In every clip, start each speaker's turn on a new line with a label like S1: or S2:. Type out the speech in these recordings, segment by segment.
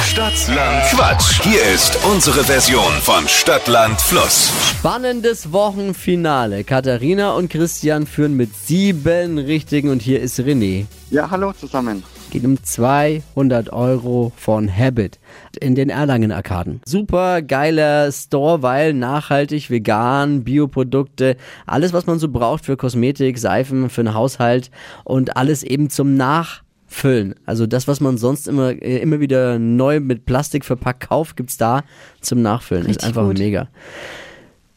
S1: Stadtland Quatsch. Hier ist unsere Version von Stadtland Fluss.
S2: Spannendes Wochenfinale. Katharina und Christian führen mit sieben Richtigen und hier ist René.
S3: Ja, hallo zusammen.
S2: Geht um 200 Euro von Habit in den Erlangen-Arkaden. Super geiler Store, weil nachhaltig, vegan, Bioprodukte, alles was man so braucht für Kosmetik, Seifen, für den Haushalt und alles eben zum Nach füllen. Also das, was man sonst immer, äh, immer wieder neu mit Plastik verpackt kauft, gibt's da zum Nachfüllen. ist
S4: Richtig
S2: einfach
S4: gut.
S2: mega.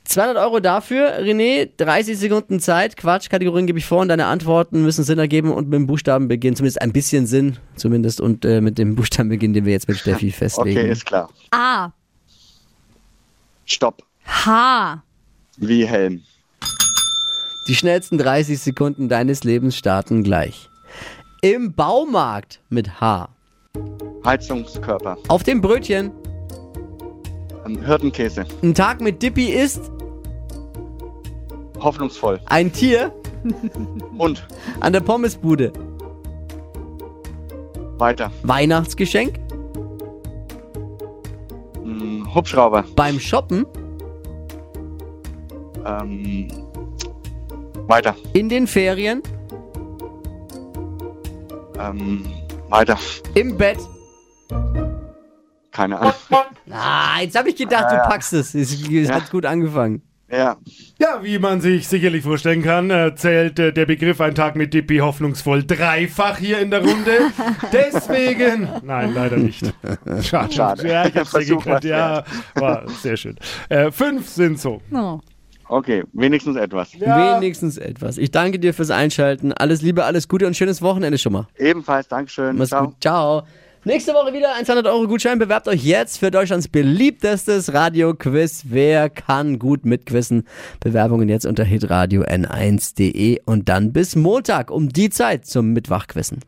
S2: 200 Euro dafür, René, 30 Sekunden Zeit, Quatschkategorien gebe ich vor und deine Antworten müssen Sinn ergeben und mit dem Buchstaben beginnen, zumindest ein bisschen Sinn, zumindest und äh, mit dem Buchstaben beginnen, den wir jetzt mit Steffi festlegen.
S3: Okay, ist klar.
S4: A.
S3: Stopp.
S4: H.
S3: Wie Helm.
S2: Die schnellsten 30 Sekunden deines Lebens starten gleich. Im Baumarkt mit H.
S3: Heizungskörper.
S2: Auf dem Brötchen.
S3: Ähm, Hirtenkäse.
S2: Ein Tag mit Dippy ist
S3: Hoffnungsvoll.
S2: ein Tier
S3: Und
S2: an der Pommesbude.
S3: weiter.
S2: Weihnachtsgeschenk,
S3: Hm, Hubschrauber.
S2: beim Shoppen,
S3: Ähm, weiter.
S2: in den Ferien,
S3: Ähm, weiter.
S2: im Bett.
S3: Keine Ahnung.
S2: Ah, jetzt habe ich gedacht, du packst es. Es, es hat gut angefangen.
S3: Ja,
S5: Ja, wie man sich sicherlich vorstellen kann, äh, zählt äh, der Begriff Ein Tag mit Dippy hoffnungsvoll dreifach hier in der Runde. Deswegen. Nein, leider nicht. Schade.
S3: Schade.
S5: Ja, ich hab's dir
S3: Versuch
S5: gekannt.
S3: war's
S5: Ja, war sehr schön. Äh, fünf sind so.
S4: No.
S3: okay. Wenigstens etwas.
S2: Wenigstens etwas. Ich danke dir fürs Einschalten. Alles Liebe, alles Gute und schönes Wochenende schon mal.
S3: Ebenfalls, Dankeschön.
S2: Mach's gut. Ciao. Nächste Woche wieder ein 200 Euro Gutschein. Bewerbt euch jetzt für Deutschlands beliebtestes Radioquiz. Wer kann gut mitquissen? Bewerbungen jetzt unter hitradio n1.de und dann bis Montag um die Zeit zum Mitwachquissen.